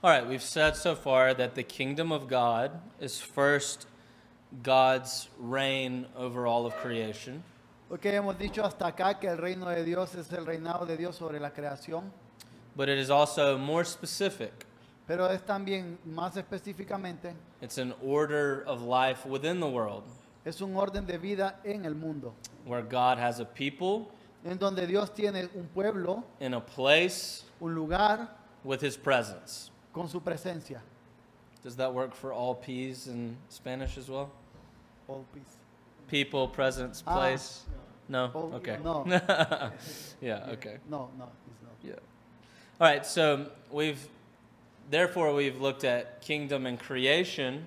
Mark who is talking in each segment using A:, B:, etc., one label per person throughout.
A: All right, we've said so far that the kingdom of God is first God's reign over all of creation.
B: Ok, hemos dicho hasta acá que el reino de Dios es el reinado de Dios sobre la creación,
A: But it is also more specific.
B: pero es también más específicamente,
A: It's an order of life within the world
B: es un orden de vida en el mundo,
A: where God has a people
B: en donde Dios tiene un pueblo,
A: in a place
B: un lugar
A: with his presence.
B: con su presencia.
A: Does that work for all P's in Spanish as well?
B: All peace.
A: People, presence,
B: Ah.
A: place? No?
B: Oh,
A: Okay.
B: no.
A: yeah, okay.
B: No, no, it's not.
A: Yeah. All right, so we've therefore we've looked at kingdom and creation,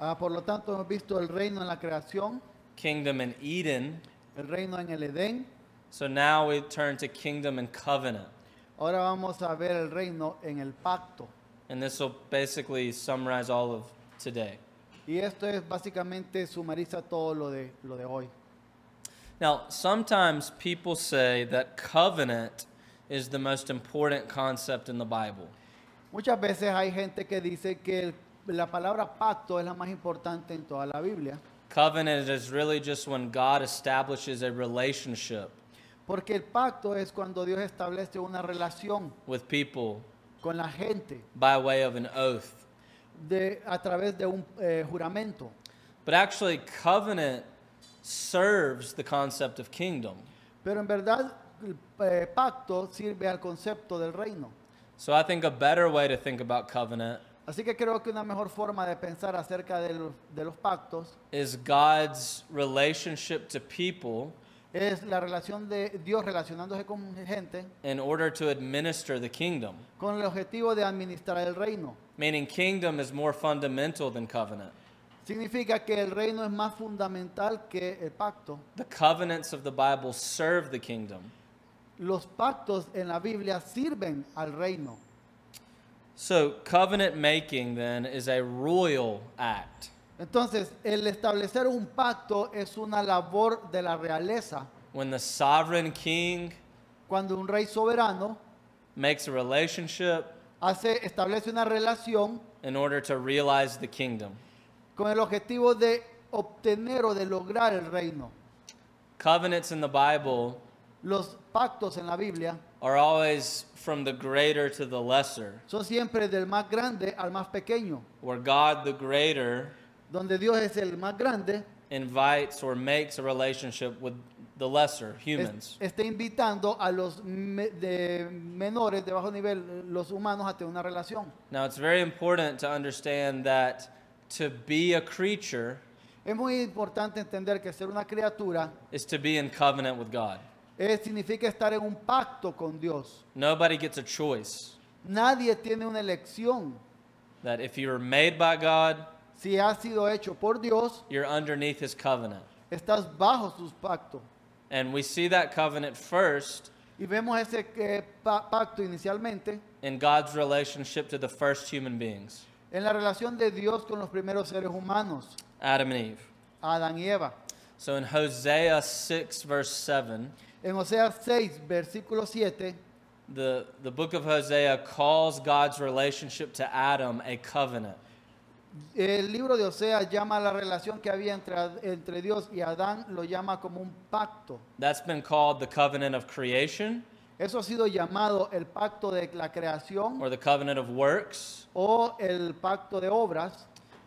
B: Ah, por lo tanto, hemos visto el reino en la creación,
A: kingdom and Eden.
B: el reino en el Edén.
A: So now we turn to kingdom and covenant.
B: Ahora vamos a ver el reino en el pacto.
A: And this will basically summarize all of today.
B: Y esto es básicamente sumariza todo lo de, lo de hoy.
A: Now, sometimes people say that covenant is the most important concept in the Bible.
B: Muchas veces hay gente que dice que el- la palabra pacto es la más importante en toda la Biblia,
A: Covenant is really just when God establishes a relationship
B: porque el pacto es cuando Dios establece una relación
A: with people
B: con la gente
A: by way of an oath.
B: de, a través de un eh, juramento.
A: But actually, covenant serves the concept of kingdom.
B: Pero en verdad el eh, pacto sirve al concepto del reino.
A: So I think a better way to think about covenant
B: Así que creo que una mejor forma de pensar acerca de los, de los pactos
A: is God's relationship to people
B: es la relación de Dios relacionándose con gente
A: in order to administer the kingdom.
B: con el objetivo de administrar el reino.
A: Meaning, kingdom is more fundamental than covenant.
B: Significa que el reino es más fundamental que el pacto.
A: The covenants of the Bible serve the kingdom.
B: Los pactos en la Biblia sirven al reino.
A: So, covenant making then is a royal act.
B: Entonces, el establecer un pacto es una labor de la realeza.
A: When the sovereign king
B: Cuando un rey soberano
A: makes a relationship
B: hace, establece una relación
A: in order to realize the kingdom.
B: con el objetivo de obtener o de lograr el reino.
A: Covenants in the Bible
B: Los pactos en la Biblia
A: are always from the greater to the lesser,
B: son siempre del más grande al más pequeño.
A: where God the greater
B: Donde Dios es el más grande,
A: invites or makes a relationship with the lesser,
B: es-
A: humans.
B: está invitando a los me- de menores de bajo nivel, los humanos, a tener una relación.
A: Now, it's very important to understand that to be a creature
B: Es muy importante entender que ser una criatura
A: is to be in covenant with God.
B: eh, significa estar en un pacto con Dios.
A: Nobody gets a choice
B: Nadie tiene una elección.
A: that if you are made by God,
B: Si has sido hecho por Dios,
A: you're underneath his covenant.
B: estás bajo sus pactos.
A: And we see that covenant first
B: Y vemos ese eh, pa- pacto inicialmente
A: in God's relationship to the first human beings,
B: en la relación de Dios con los primeros seres humanos,
A: Adam and Eve.
B: Adán y Eva.
A: So in Hosea 6, verse 7,
B: En Oseas 6, versículo 7,
A: the, the book of Hosea calls God's relationship to Adam a covenant.
B: el libro de Oseas llama a la relación que había entre, Ad- entre Dios y Adán, lo llama como un pacto.
A: That's been called the covenant of creation
B: Eso ha sido llamado el pacto de la creación
A: or the covenant of works,
B: o el pacto de obras,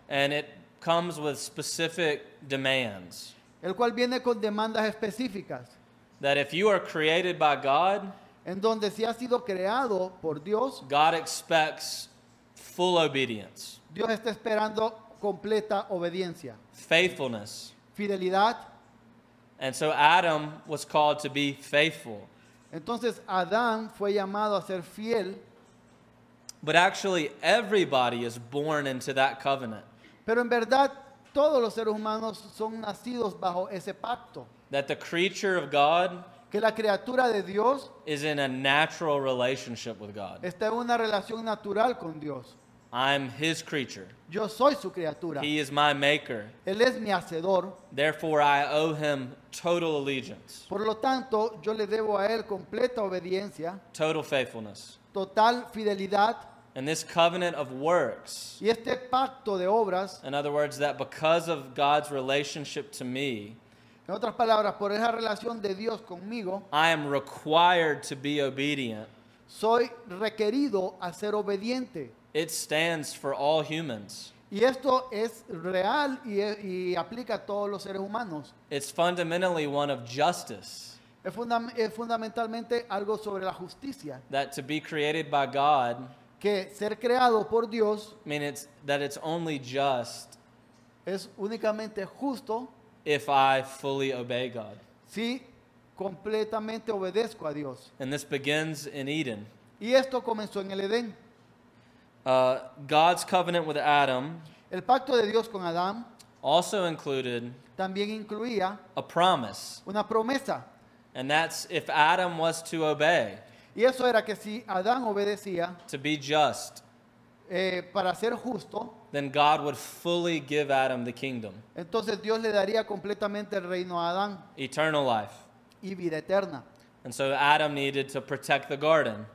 A: and it comes with specific demands.
B: el cual viene con demandas específicas,
A: That if you are created by God,
B: en donde si ha sido creado por Dios,
A: God expects full obedience,
B: Dios está esperando completa obediencia,
A: faithfulness.
B: fidelidad.
A: And so Adam was called to be faithful.
B: Entonces Adán fue llamado a ser fiel,
A: But actually, everybody is born into that covenant.
B: pero en verdad todos los seres humanos son nacidos bajo ese pacto,
A: That the creature of God
B: que la criatura de Dios
A: is in a natural relationship with God.
B: está en una relación natural con Dios.
A: I'm his creature.
B: Yo soy su criatura,
A: He is my maker.
B: Él es mi hacedor,
A: Therefore, I owe him total allegiance,
B: por lo tanto yo le debo a Él completa obediencia,
A: total faithfulness.
B: total fidelidad.
A: And this covenant of works,
B: Y este pacto de obras,
A: in other words, that because of God's relationship to me,
B: en otras palabras, por esa relación de Dios conmigo,
A: I am required to be obedient,
B: soy requerido a ser obediente.
A: it stands for all humans.
B: Y esto es real y, e- y aplica a todos los seres humanos.
A: It's fundamentally one of justice,
B: Es, fundam- es fundamentalmente algo sobre la justicia,
A: that to be created by God,
B: que ser creado por Dios
A: I mean, it's, that it's only just
B: es únicamente justo
A: if I fully obey God.
B: si completamente obedezco a Dios.
A: And this begins in Eden.
B: Y esto comenzó en el Edén.
A: Uh, God's covenant with Adam
B: El pacto de Dios con Adán
A: also included
B: también incluía
A: a promise,
B: una promesa.
A: and that's if Adam was to obey,
B: Y eso era que si Adán obedecía
A: to be just,
B: eh, para ser justo,
A: then God would fully give Adam the kingdom,
B: entonces Dios le daría completamente el reino a Adán
A: eternal life.
B: y vida eterna.
A: And so Adam needed to protect the garden,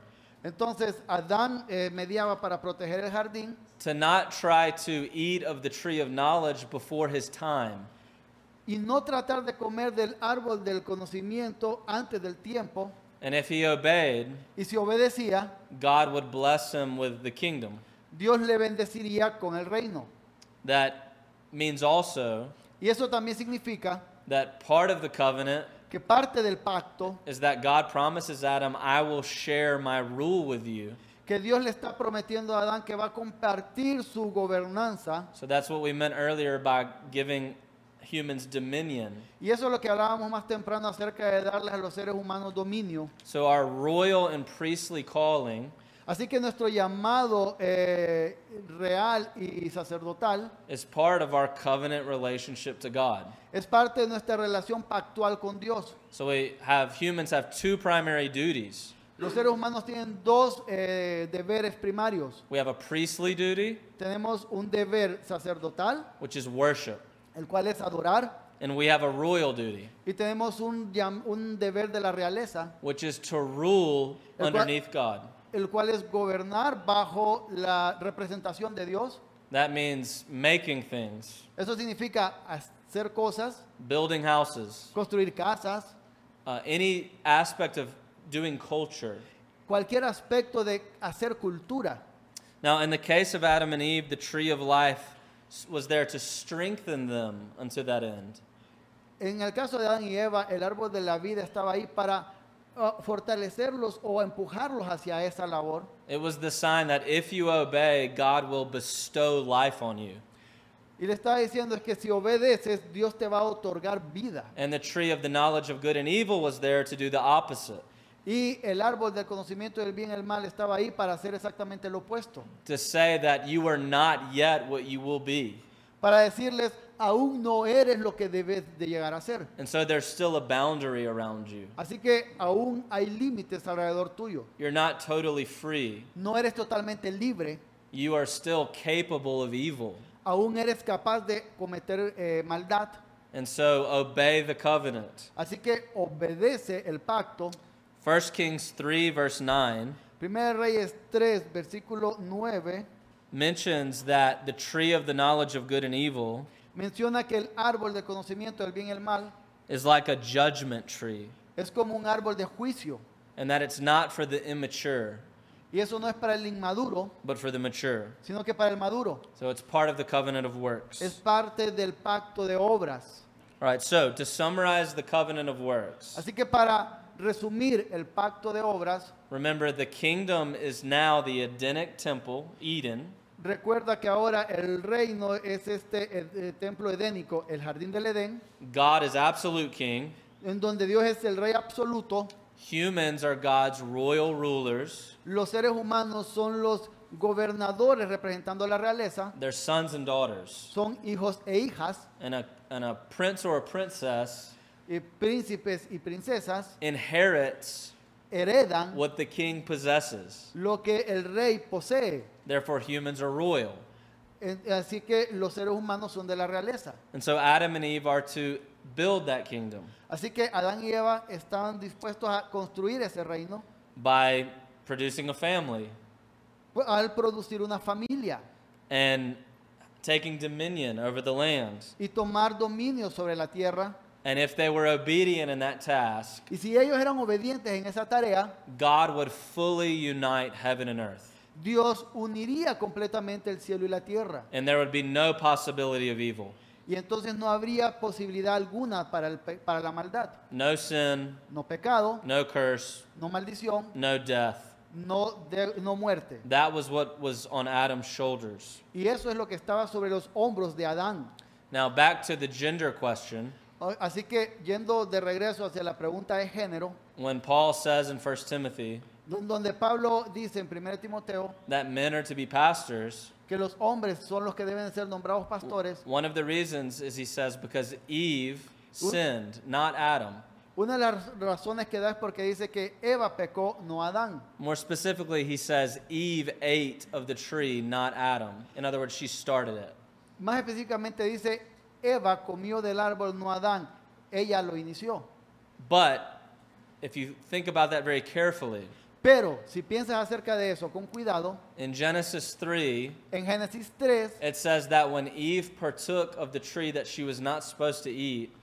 B: Entonces Adán eh, mediaba para proteger el jardín,
A: to not try to eat of the tree of knowledge before his time,
B: y no tratar de comer del árbol del conocimiento antes del tiempo.
A: and if he obeyed,
B: Y si obedecía,
A: God would bless him with the kingdom.
B: Dios le bendeciría con el reino.
A: That means also
B: Y eso también significa
A: that part of the covenant
B: que parte del pacto
A: is that God promises Adam, I will share my rule with you.
B: que Dios le está prometiendo a Adán que va a compartir su gobernanza.
A: So that's what we meant earlier by giving humans dominion.
B: Y eso es lo que hablábamos más temprano acerca de darles a los seres humanos dominio.
A: So our royal and priestly calling
B: Así que nuestro llamado eh, real y sacerdotal
A: is part of our covenant relationship to God.
B: es parte de nuestra relación pactual con Dios.
A: So we have humans have two primary duties.
B: Los seres humanos tienen dos eh, deberes primarios.
A: We have a priestly duty,
B: Tenemos un deber sacerdotal,
A: which is worship,
B: el cual es adorar,
A: and we have a royal duty,
B: y tenemos un, llam- un deber de la realeza,
A: which is to rule
B: El cual-
A: underneath God.
B: el cual es gobernar bajo la representación de Dios.
A: That means making things,
B: Eso significa hacer cosas,
A: building houses,
B: construir casas,
A: uh, any aspect of doing culture.
B: cualquier aspecto de hacer cultura.
A: Now, in the case of Adam and Eve, the tree of life s- was there to strengthen them unto that end.
B: En el caso de Adán y Eva, el árbol de la vida estaba ahí para ah, fortalecerlos o empujarlos hacia esa labor.
A: It was the sign that if you obey, God will bestow life on you.
B: Y le estaba diciendo es que si obedeces, Dios te va a otorgar vida.
A: And the tree of the knowledge of good and evil was there to do the opposite,
B: Y el árbol del conocimiento del bien y el mal estaba ahí para hacer exactamente lo opuesto.
A: to say that you are not yet what you will be.
B: Para decirles, aún no eres lo que debes de llegar a ser.
A: And so there's still a boundary around you.
B: Así que aún hay límites alrededor tuyo.
A: You're not totally free.
B: No eres totalmente libre.
A: You are still capable of evil.
B: Aún eres capaz de cometer eh, maldad.
A: And so obey the covenant.
B: Así que obedece el pacto
A: 1 Kings 3, verse 9,
B: 1 Reyes 3, versículo 9,
A: mentions that the tree of the knowledge of good and evil
B: menciona que el árbol del conocimiento del bien y el mal
A: is like a judgment tree,
B: es como un árbol de juicio.
A: and that it's not for the immature,
B: Y eso no es para el inmaduro,
A: but for the mature.
B: sino que para el maduro.
A: So it's part of the covenant of works.
B: Es parte del pacto de obras.
A: All right, so to summarize the covenant of works,
B: Así que para resumir el pacto de obras,
A: remember the kingdom is now the Edenic temple, Eden,
B: recuerda que ahora el reino es este eh, eh, templo edénico, el jardín del Edén,
A: God is absolute king.
B: en donde Dios es el rey absoluto.
A: Humans are God's royal rulers.
B: Los seres humanos son los gobernadores representando la realeza.
A: They're sons and daughters.
B: son hijos e hijas,
A: And a, and a prince or a princess
B: eh, príncipes y princesas,
A: inherits
B: heredan
A: what the king possesses.
B: lo que el rey posee.
A: Therefore, humans are royal.
B: En- Así que los seres humanos son de la realeza.
A: And so Adam and Eve are to build that kingdom
B: Así que Adán y Eva estaban dispuestos a construir ese reino
A: by producing a family,
B: al producir una familia
A: and taking dominion over the land.
B: y tomar dominio sobre la tierra.
A: And if they were obedient in that task,
B: Y si ellos eran obedientes en esa tarea,
A: God would fully unite heaven and earth.
B: Dios uniría completamente el cielo y la tierra.
A: And there would be no possibility of evil,
B: Y entonces no habría posibilidad alguna para, el pe- para la maldad.
A: no sin,
B: No pecado,
A: no curse,
B: no maldición,
A: no death.
B: no, de- no muerte.
A: That was what was on Adam's shoulders.
B: Y eso es lo que estaba sobre los hombros de Adán.
A: Now, back to the gender question.
B: O- Así que yendo de regreso hacia la pregunta de género,
A: When Paul says in 1 Timothy
B: don- donde Pablo dice en 1 Timoteo
A: that men are to be pastors,
B: que los hombres son los que deben ser nombrados pastores,
A: one of the reasons is he says because Eve sinned, not Adam.
B: una de las razones que da es porque dice que Eva pecó, no Adán.
A: More specifically, he says Eve ate of the tree, not Adam. In other words, she started it.
B: Más específicamente dice, Eva comió del árbol, no Adán. Ella lo inició.
A: But if you think about that very carefully,
B: Pero si piensas acerca de eso con cuidado,
A: in Genesis 3,
B: en Génesis 3
A: it says that when Eve partook of the tree that she was not supposed to eat,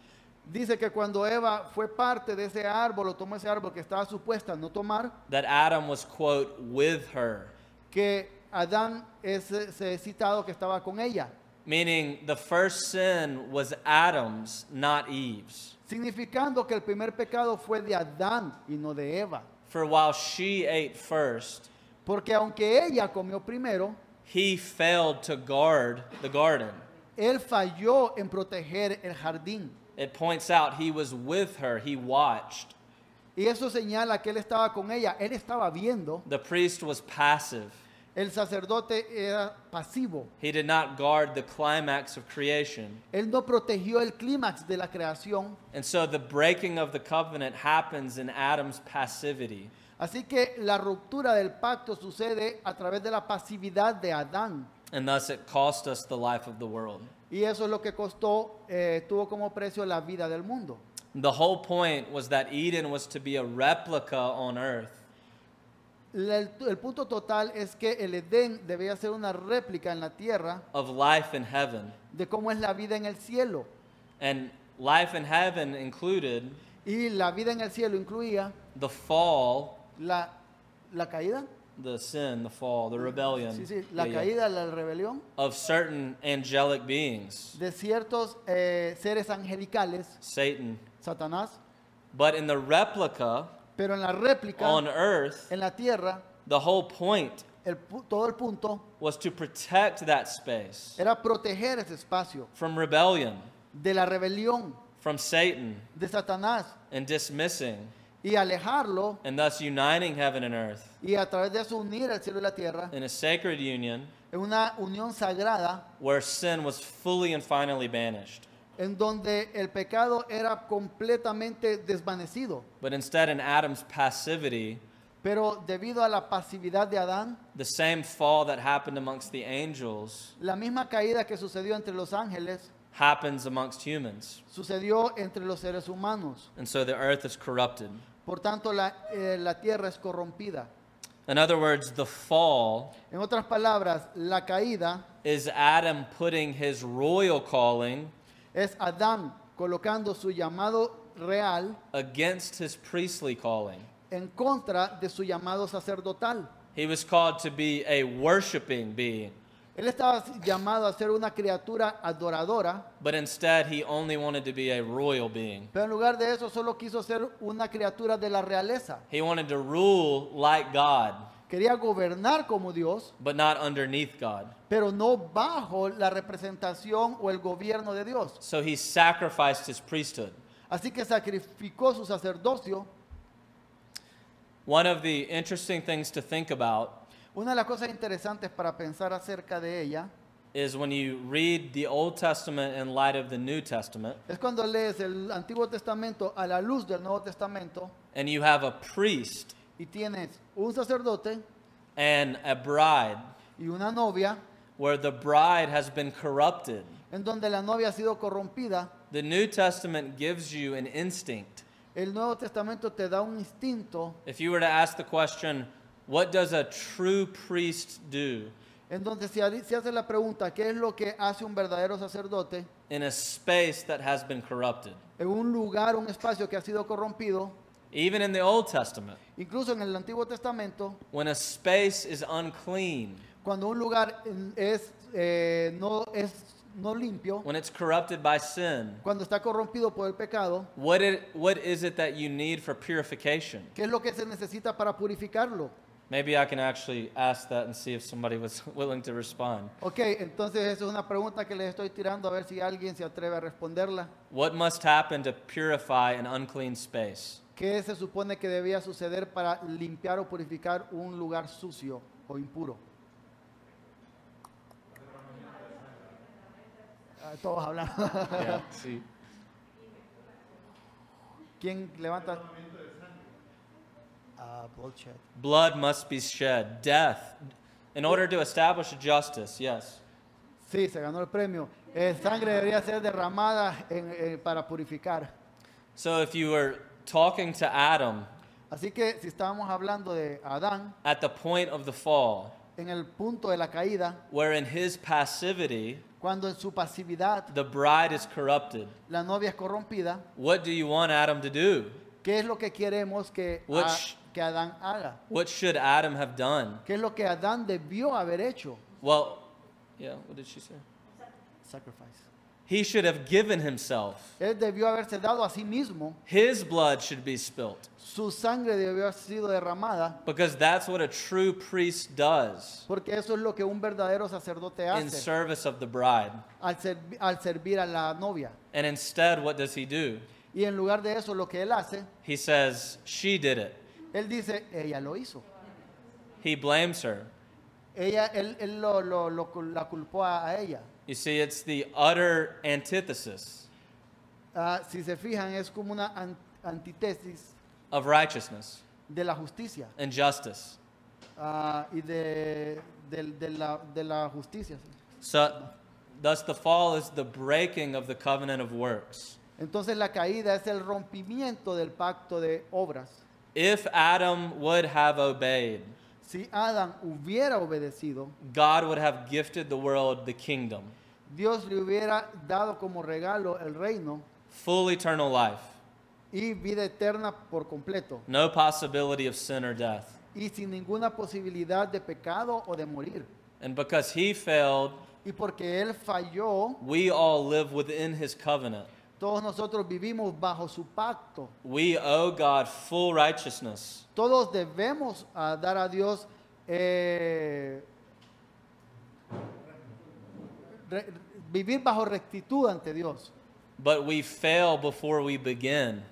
B: dice que cuando Eva fue parte de ese árbol o tomó ese árbol que estaba supuesta a no tomar,
A: that Adam was, quote, with her,
B: que Adán es, eh, se es citado que estaba con ella.
A: meaning the first sin was Adam's, not Eve's.
B: Significando que el primer pecado fue de Adán y no de Eva.
A: For while she ate first,
B: Porque aunque ella comió primero,
A: he failed to guard the garden.
B: él falló en proteger el jardín.
A: It points out he was with her, he watched.
B: Y eso señala que él estaba con ella, él estaba viendo.
A: The priest was passive.
B: El sacerdote era pasivo.
A: He did not guard the climax of creation.
B: Él no protegió el clímax de la creación.
A: And so the breaking of the covenant happens in Adam's passivity.
B: Así que la ruptura del pacto sucede a través de la pasividad de Adán.
A: And thus it cost us the life of the world.
B: Y eso es lo que costó, eh, tuvo como precio la vida del mundo.
A: The whole point was that Eden was to be a replica on earth
B: La- el, el punto total es que el Edén debía ser una réplica en la tierra
A: of life in heaven.
B: de cómo es la vida en el cielo.
A: And life in heaven included
B: Y la vida en el cielo incluía
A: the fall,
B: la, la caída,
A: the sin, the fall, the rebellion
B: sí, sí,
A: yeah,
B: la
A: yeah,
B: caída, la rebelión
A: of certain angelic beings,
B: de ciertos eh, seres angelicales,
A: Satan.
B: Satanás,
A: But in the replica
B: pero en la réplica,
A: on earth,
B: en la tierra,
A: the whole point
B: el pu- todo el punto
A: was to protect that space
B: era proteger ese espacio
A: from rebellion,
B: de la rebelión
A: from Satan,
B: de Satanás
A: and dismissing,
B: y alejarlo
A: and thus uniting heaven and earth
B: y a través de eso unir el cielo y la tierra
A: in a sacred union
B: en una unión sagrada
A: where sin was fully and finally banished.
B: en donde el pecado era completamente desvanecido.
A: But instead, in Adam's passivity,
B: Pero debido a la pasividad de Adán,
A: the same fall that happened amongst the angels
B: la misma caída que sucedió entre los ángeles
A: happens amongst humans.
B: sucedió entre los seres humanos.
A: And so the earth is corrupted.
B: Por tanto, la, eh, la tierra es corrompida.
A: In other words, the fall
B: En otras palabras, la caída
A: is Adam putting his royal calling
B: es Adán colocando su llamado real
A: against his priestly calling.
B: en contra de su llamado sacerdotal.
A: He was called to be a worshiping being,
B: Él estaba llamado a ser una criatura adoradora,
A: but instead he only wanted to be a royal being.
B: pero en lugar de eso solo quiso ser una criatura de la realeza.
A: He wanted to rule like God,
B: Quería gobernar como Dios,
A: but not underneath God.
B: pero no bajo la representación o el gobierno de Dios.
A: So he sacrificed his priesthood.
B: Así que sacrificó su sacerdocio.
A: One of the interesting things to think about
B: Una de las cosas interesantes para pensar acerca de ella
A: is when you read the Old Testament in light of the New Testament,
B: es cuando lees el Antiguo Testamento a la luz del Nuevo Testamento
A: and you have a priest
B: y tienes un sacerdote
A: and a bride,
B: y una novia
A: where the bride has been corrupted.
B: en donde la novia ha sido corrompida
A: The New Testament gives you an instinct.
B: El Nuevo Testamento te da un instinto.
A: If you were to ask the question, What does a true priest do
B: Entonces, si ahí se hace la pregunta, ¿qué es lo que hace un verdadero sacerdote
A: in a space that has been corrupted?
B: en un lugar, un espacio que ha sido corrompido?
A: Even in the Old Testament,
B: Incluso en el Antiguo Testamento,
A: when a space is unclean,
B: cuando un lugar eh, es, eh, no, es no limpio,
A: when it's corrupted by sin,
B: cuando está corrompido por el pecado,
A: what, it, what is it that you need for purification?
B: ¿qué es lo que se necesita para purificarlo?
A: Maybe I can actually ask that and see if somebody was willing to respond.
B: Ok, entonces esa es una pregunta que les estoy tirando a ver si alguien se atreve a responderla.
A: What must happen to purify an unclean space?
B: ¿Qué se supone que debía suceder para limpiar o purificar un lugar sucio o impuro? Ah, Todos hablando.
A: Yeah, see.
B: ¿Quién levanta? Ah, bullshit.
A: Blood must be shed, death, in order to establish justice, yes.
B: Sí, se ganó el premio. Eh, sangre debería ser derramada en- eh, para purificar.
A: So if you were talking to Adam
B: Así que si estábamos hablando de Adán,
A: at the point of the fall,
B: en el punto de la caída,
A: where in his passivity
B: cuando en su pasividad
A: the bride is corrupted,
B: la novia es corrompida,
A: what do you want Adam to do?
B: ¿Qué es lo que queremos que, a-
A: Which-
B: que Adán haga?
A: What should Adam have done?
B: ¿Qué es lo que Adán debió haber hecho?
A: Well, yeah, what did she say?
B: Sacrifice.
A: He should have given himself.
B: Él debió haberse dado a sí mismo,
A: His blood should be spilt
B: su sangre debió haber sido derramada,
A: because that's what a true priest does
B: porque eso es lo que un verdadero sacerdote
A: in
B: hace
A: service of the bride.
B: al, servi- al servir a la novia.
A: And instead, what does he do?
B: Y en lugar de eso, lo que él hace,
A: He says, She did it.
B: él dice, ella lo hizo.
A: He blames her.
B: Ella, él él lo, lo- lo cul- la culpó a, a ella.
A: You see, it's the utter antithesis
B: Ah, si se fijan, es como una an- antítesis
A: of righteousness
B: de la justicia.
A: and justice.
B: Ah, y de, del- de la, de la justicia. sí.
A: So, thus, the fall is the breaking of the covenant of works.
B: Entonces la caída es el rompimiento del pacto de obras.
A: If Adam would have obeyed,
B: Si Adán hubiera obedecido,
A: God would have gifted the world the kingdom,
B: Dios le hubiera dado como regalo el reino
A: full eternal life,
B: y vida eterna por completo
A: no possibility of sin or death.
B: y sin ninguna posibilidad de pecado o de morir.
A: And because he failed,
B: Y porque Él falló,
A: we all live within his covenant.
B: todos nosotros vivimos bajo su pacto.
A: We owe God full righteousness,
B: Todos debemos ah, dar a Dios eh, re- vivir bajo rectitud ante Dios.
A: but we fail before we begin.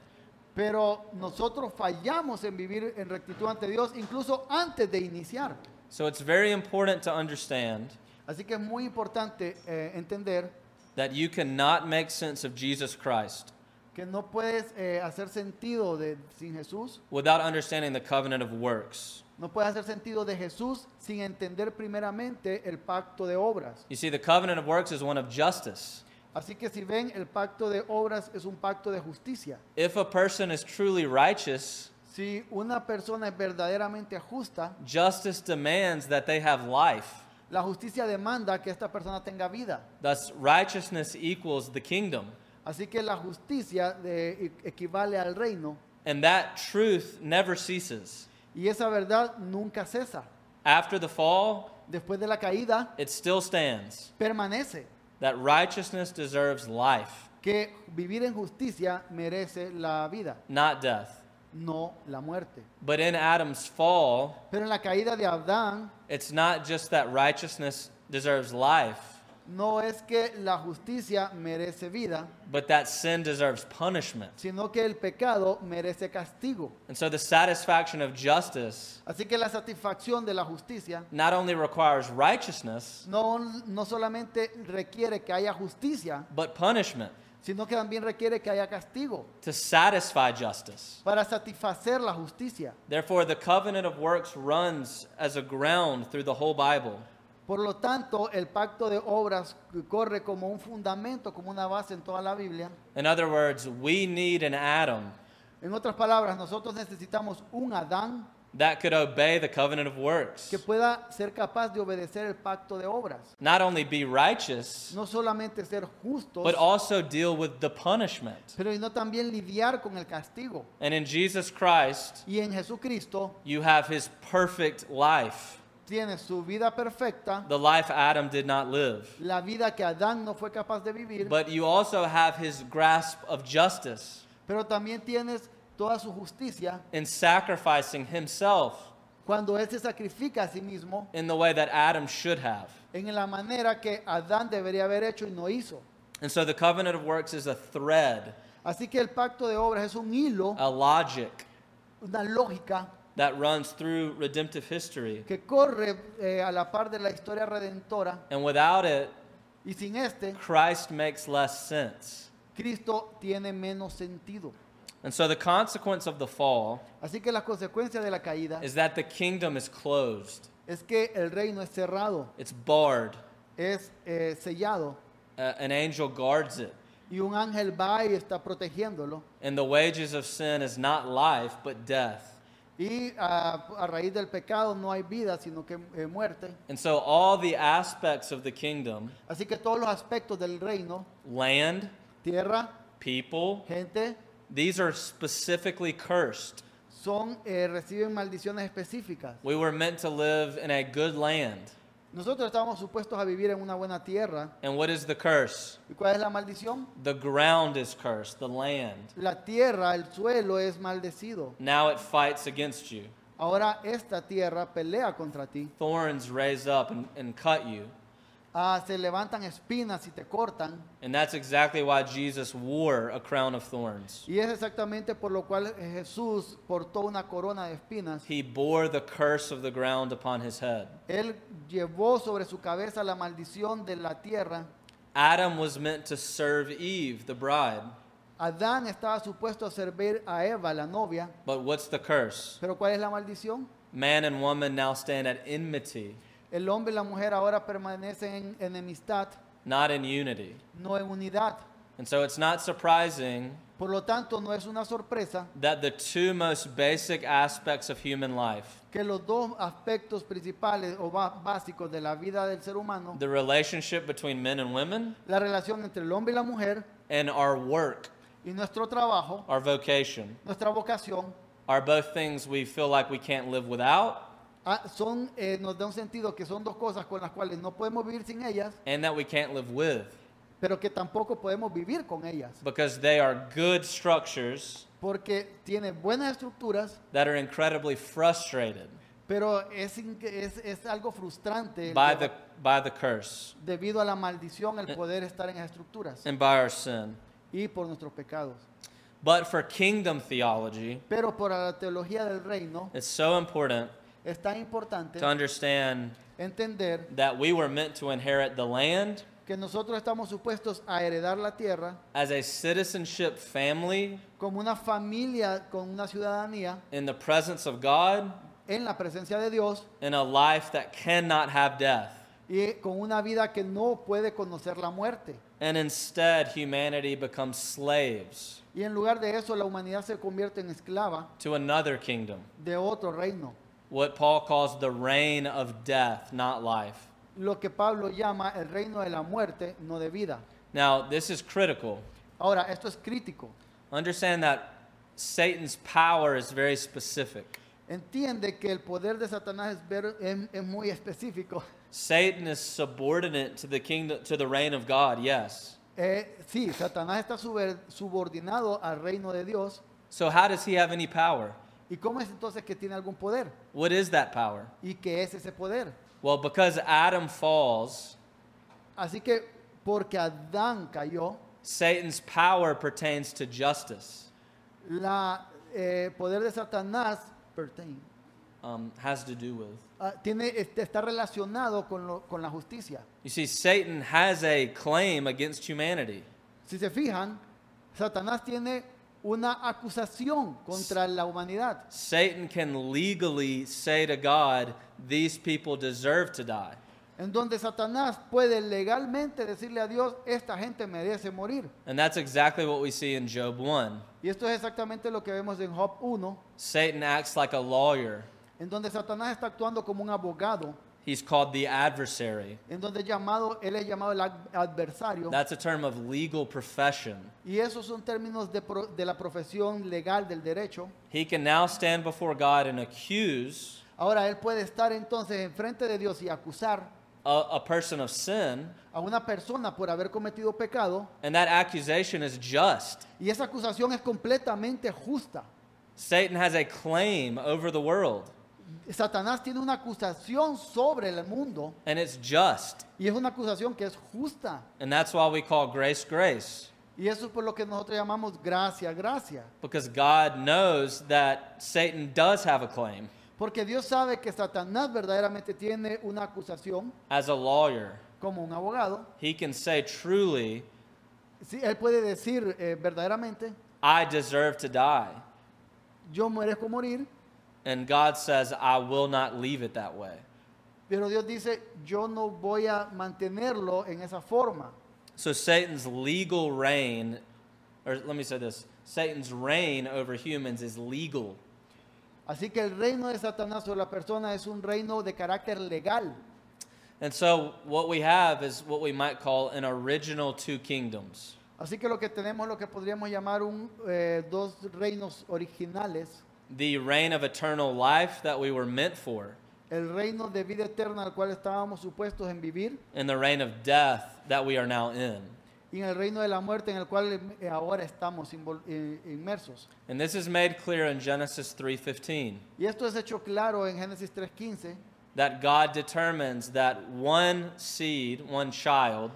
B: Pero nosotros fallamos en vivir en rectitud ante Dios incluso antes de iniciar.
A: So it's very important to understand
B: Así que es muy importante eh, entender
A: that you cannot make sense of Jesus Christ
B: que no puedes eh, hacer sentido de, sin Jesús,
A: without understanding the covenant of works.
B: no puedes hacer sentido de Jesús sin entender primeramente el pacto de obras.
A: You see, the covenant of works is one of justice.
B: Así que si ven, el pacto de obras es un pacto de justicia.
A: If a person is truly righteous,
B: Si una persona es verdaderamente justa,
A: justice demands that they have life.
B: la justicia demanda que esta persona tenga vida.
A: Thus, righteousness equals the kingdom.
B: Así que la justicia de- e-, equivale al reino
A: And that truth never ceases.
B: y esa verdad nunca cesa.
A: After the fall,
B: Después de la caída,
A: it still stands
B: permanece
A: that righteousness deserves life,
B: que vivir en justicia merece la vida,
A: not death.
B: no la muerte.
A: But in Adam's fall,
B: Pero en la caída de Adán,
A: It's not just that righteousness deserves life,
B: no es que la justicia merece vida,
A: but that sin deserves punishment.
B: sino que el pecado merece castigo.
A: And so the satisfaction of justice
B: Así que la satisfacción de la justicia
A: not only requires righteousness,
B: no, no solamente requiere que haya justicia,
A: but punishment
B: sino que también requiere que haya castigo
A: to satisfy justice.
B: para satisfacer la justicia.
A: Therefore, the covenant of works runs as a ground through the whole Bible.
B: Por lo tanto, el pacto de obras corre como un fundamento, como una base en toda la Biblia.
A: In other words, we need an Adam
B: En otras palabras, nosotros necesitamos un Adán
A: that could obey the covenant of works,
B: que pueda ser capaz de obedecer el pacto de obras.
A: not only be righteous,
B: No solamente ser justos,
A: but also deal with the punishment.
B: pero no también lidiar con el castigo.
A: And in Jesus Christ,
B: Y en Jesucristo
A: you have his perfect life,
B: tiene su vida perfecta,
A: the life Adam did not live.
B: la vida que Adán no fue capaz de vivir,
A: But you also have his grasp of justice
B: pero también tienes toda su justicia
A: in sacrificing himself
B: cuando Él se sacrifica a sí mismo
A: in the way that Adam should have.
B: en la manera que Adán debería haber hecho y no hizo.
A: And so the covenant of works is a thread,
B: Así que el pacto de obras es un hilo,
A: a logic
B: una lógica
A: that runs through redemptive history.
B: que corre eh, a la par de la historia redentora
A: And without it,
B: y sin este
A: Christ makes less sense.
B: Cristo tiene menos sentido.
A: And so the consequence of the fall
B: Así que la consecuencia de la caída
A: is that the kingdom is closed,
B: es que el reino es cerrado,
A: it's barred,
B: es eh, sellado
A: uh, an angel guards it.
B: y un ángel va y está protegiéndolo.
A: And the wages of sin is not life, but death.
B: Y a, a raíz del pecado no hay vida, sino que eh, muerte.
A: And so all the aspects of the kingdom
B: Así que todos los aspectos del reino,
A: land,
B: tierra,
A: people,
B: gente,
A: these are specifically cursed.
B: son, eh, reciben maldiciones específicas.
A: We were meant to live in a good land.
B: Nosotros estábamos supuestos a vivir en una buena tierra.
A: And what is the curse?
B: ¿Y cuál es la maldición?
A: The ground is cursed, the land.
B: La tierra, el suelo es maldecido.
A: Now it fights against you.
B: Ahora esta tierra pelea contra ti.
A: Thorns raise up and, and cut you.
B: Ah, se levantan espinas y te cortan.
A: And that's exactly why Jesus wore a crown of thorns.
B: Y es exactamente por lo cual eh, Jesús portó una corona de espinas.
A: He bore the curse of the ground upon his head.
B: Él llevó sobre su cabeza la maldición de la tierra.
A: Adam was meant to serve Eve, the bride.
B: Adán estaba supuesto a servir a Eva, la novia.
A: But what's the curse?
B: Pero ¿cuál es la maldición?
A: Man and woman now stand at enmity,
B: El hombre y la mujer ahora permanecen en enemistad,
A: not in unity.
B: no en unidad.
A: And so it's not surprising
B: Por lo tanto, no es una sorpresa
A: that the two most basic aspects of human life,
B: que los dos aspectos principales o ba- básicos de la vida del ser humano,
A: the relationship between men and women
B: la relación entre el hombre y la mujer
A: and our work,
B: y nuestro trabajo,
A: our vocation,
B: nuestra vocación,
A: are both things we feel like we can't live without
B: ah, son, eh, nos da un sentido que son dos cosas con las cuales no podemos vivir sin ellas,
A: and that we can't live with
B: pero que tampoco podemos vivir con ellas,
A: because they are good structures
B: porque tiene buenas estructuras,
A: that are incredibly frustrated
B: pero es, in- es, es algo frustrante
A: by
B: de-
A: the, by the curse
B: debido a la maldición el poder estar en las estructuras
A: and by our sin.
B: y por nuestros pecados.
A: But for kingdom theology,
B: Pero por la teología del reino
A: it's so important
B: es tan importante
A: to understand
B: entender
A: that we were meant to inherit the land
B: que nosotros estamos supuestos a heredar la tierra
A: as a citizenship family
B: como una familia con una ciudadanía
A: in the presence of God
B: en la presencia de Dios
A: in a life that cannot have death.
B: y con una vida que no puede conocer la muerte.
A: And instead, humanity becomes slaves
B: Y en lugar de eso, la humanidad se convierte en esclava
A: to another kingdom,
B: de otro reino,
A: what Paul calls the reign of death, not life.
B: lo que Pablo llama el reino de la muerte, no de vida.
A: Now, this is critical.
B: Ahora, esto es crítico.
A: Understand that Satan's power is very specific.
B: Entiende que el poder de Satanás es, ver- es- es muy específico.
A: Satan is subordinate to the kingdom to the reign of God, yes.
B: Eh, sí, Satanás está suber- subordinado al reino de Dios.
A: So how does he have any power?
B: ¿Y cómo es entonces que tiene algún poder?
A: What is that power?
B: ¿Y qué es ese poder?
A: Well, because Adam falls,
B: Así que porque Adán cayó,
A: Satan's power pertains to justice.
B: la eh, poder de Satanás pertain-
A: Um, has to do with.
B: ah, tiene, este, está relacionado con, lo- con la justicia.
A: You see, Satan has a claim against humanity.
B: Si se fijan, Satanás tiene una acusación contra la humanidad.
A: Satan can legally say to God, these people deserve to die.
B: En donde Satanás puede legalmente decirle a Dios, esta gente merece morir.
A: And that's exactly what we see in Job 1.
B: Y esto es exactamente lo que vemos en Job 1.
A: Satan acts like a lawyer
B: en donde Satanás está actuando como un abogado,
A: He's called the adversary.
B: en donde llamado, él es llamado el ad- adversario.
A: That's a term of legal profession.
B: Y esos son términos de, pro- de la profesión legal del derecho.
A: He can now stand before God and accuse
B: Ahora él puede estar entonces enfrente de Dios y acusar
A: a, a person of sin,
B: a una persona por haber cometido pecado.
A: and that accusation is just.
B: Y esa acusación es completamente justa.
A: Satan has a claim over the world,
B: Satanás tiene una acusación sobre el mundo
A: and it's just.
B: y es una acusación que es justa.
A: And that's why we call grace grace,
B: Y eso es por lo que nosotros llamamos gracia, gracia.
A: because God knows that Satan does have a claim
B: Porque Dios sabe que Satanás verdaderamente tiene una acusación
A: as a lawyer.
B: como un abogado.
A: He can say truly,
B: Sí, él puede decir eh, verdaderamente,
A: I deserve to die.
B: yo merezco morir,
A: And God says, I will not leave it that way.
B: pero Dios dice, yo no voy a mantenerlo en esa forma.
A: So Satan's legal reign, or let me say this Satan's reign over humans is legal.
B: Así que el reino de Satanás sobre la persona es un reino de carácter legal.
A: And so what we have is what we might call an original two kingdoms.
B: Así que lo que tenemos es lo que podríamos llamar un, eh, dos reinos originales.
A: The reign of eternal life that we were meant for,
B: El reino de vida eterna al cual estábamos supuestos en vivir
A: and the reign of death that we are now in.
B: y en el reino de la muerte en el cual eh, ahora estamos invol- eh, inmersos.
A: And this is made clear in Genesis 3:15
B: Y esto es hecho claro en Génesis 3.15,
A: that God determines that one seed, one child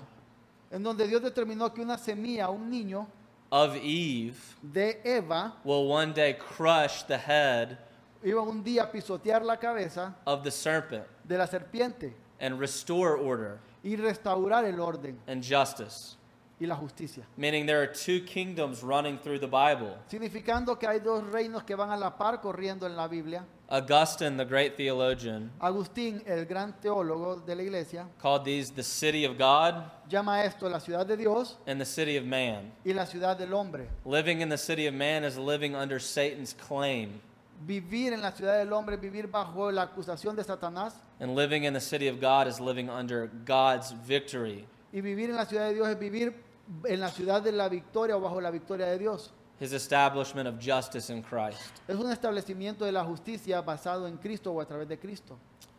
B: en donde Dios determinó que una semilla, un niño
A: of Eve
B: de Eva,
A: will one day crush the head
B: iba un día a pisotear la cabeza
A: of the serpent
B: de la serpiente
A: and restore order
B: y restaurar el orden
A: and justice.
B: y la justicia.
A: Meaning there are two kingdoms running through the Bible.
B: Significando que hay dos reinos que van a la par corriendo en la Biblia.
A: Augustine, the great theologian,
B: Agustín, el gran teólogo de la iglesia,
A: called these the city of God
B: llama esto la ciudad de Dios
A: and the city of man.
B: y la ciudad del hombre.
A: Living in the city of man is living under Satan's claim,
B: Vivir en la ciudad del hombre, vivir bajo la acusación de Satanás
A: and living in the city of God is living under God's victory,
B: y vivir en la ciudad de Dios es vivir en la ciudad de la victoria o bajo la victoria de Dios.
A: his establishment of justice in Christ.
B: Es un establecimiento de la justicia basado en Cristo o a través de Cristo.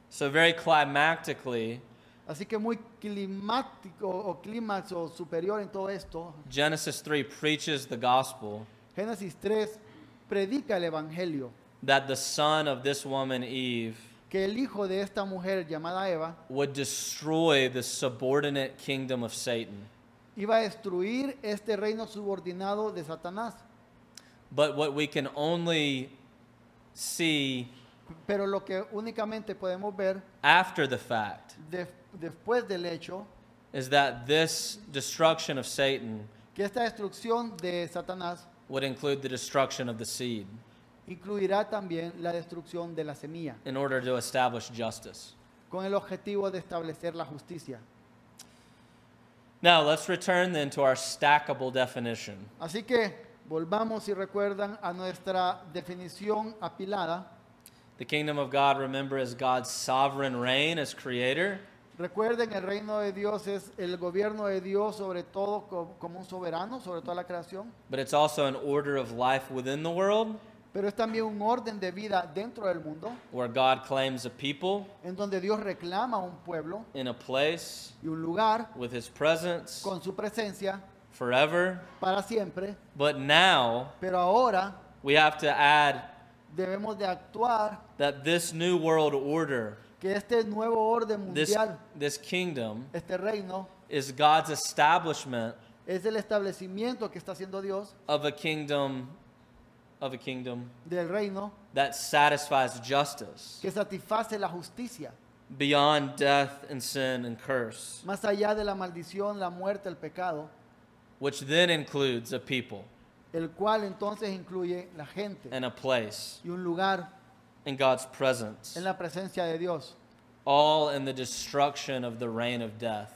A: So, very climactically,
B: Así que muy climático o clímax o superior en todo esto.
A: Genesis 3 preaches the gospel
B: Génesis 3 predica el evangelio
A: that the son of this woman, Eve,
B: que el hijo de esta mujer llamada Eva
A: would destroy the subordinate kingdom of Satan.
B: iba a destruir este reino subordinado de Satanás.
A: But what we can only see
B: Pero lo que únicamente podemos ver
A: after the fact
B: de- después del hecho,
A: is that this destruction of Satan
B: que esta destrucción de Satanás
A: would include the destruction of the seed
B: incluirá también la destrucción de la semilla,
A: in order to establish justice.
B: con el objetivo de establecer la justicia.
A: Now, let's return then to our stackable definition.
B: Así que volvamos, si recuerdan, a nuestra definición apilada.
A: The kingdom of God, remember, is God's sovereign reign as creator.
B: Recuerden, el reino de Dios es el gobierno de Dios sobre todo co- como un soberano, sobre toda la creación,
A: But it's also an order of life within the world
B: pero es también un orden de vida dentro del mundo,
A: where God claims a people
B: en donde Dios reclama a un pueblo
A: in a place
B: y un lugar
A: with his presence
B: con su presencia
A: forever.
B: para siempre,
A: But now
B: pero ahora
A: we have to add
B: debemos de actuar
A: that this new world order,
B: que este nuevo orden
A: this,
B: mundial,
A: this kingdom,
B: este reino,
A: is God's establishment
B: es el establecimiento que está haciendo Dios
A: of a kingdom of a kingdom
B: del reino
A: that satisfies justice
B: que satisface la justicia,
A: beyond death and sin and curse,
B: más allá de la maldición, la muerte, el pecado,
A: which then includes a people
B: el cual entonces incluye la gente
A: and a place
B: y un lugar
A: and God's presence,
B: en la presencia de Dios.
A: all in the destruction of the reign of death,